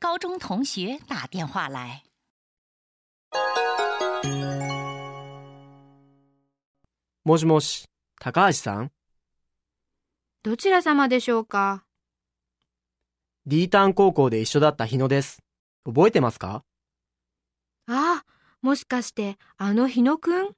高中同学打电话来。もしもし、高橋さんどちら様でしょうか ?D ターン高校で一緒だった日野です。覚えてますかああ、もしかして、あの日野くん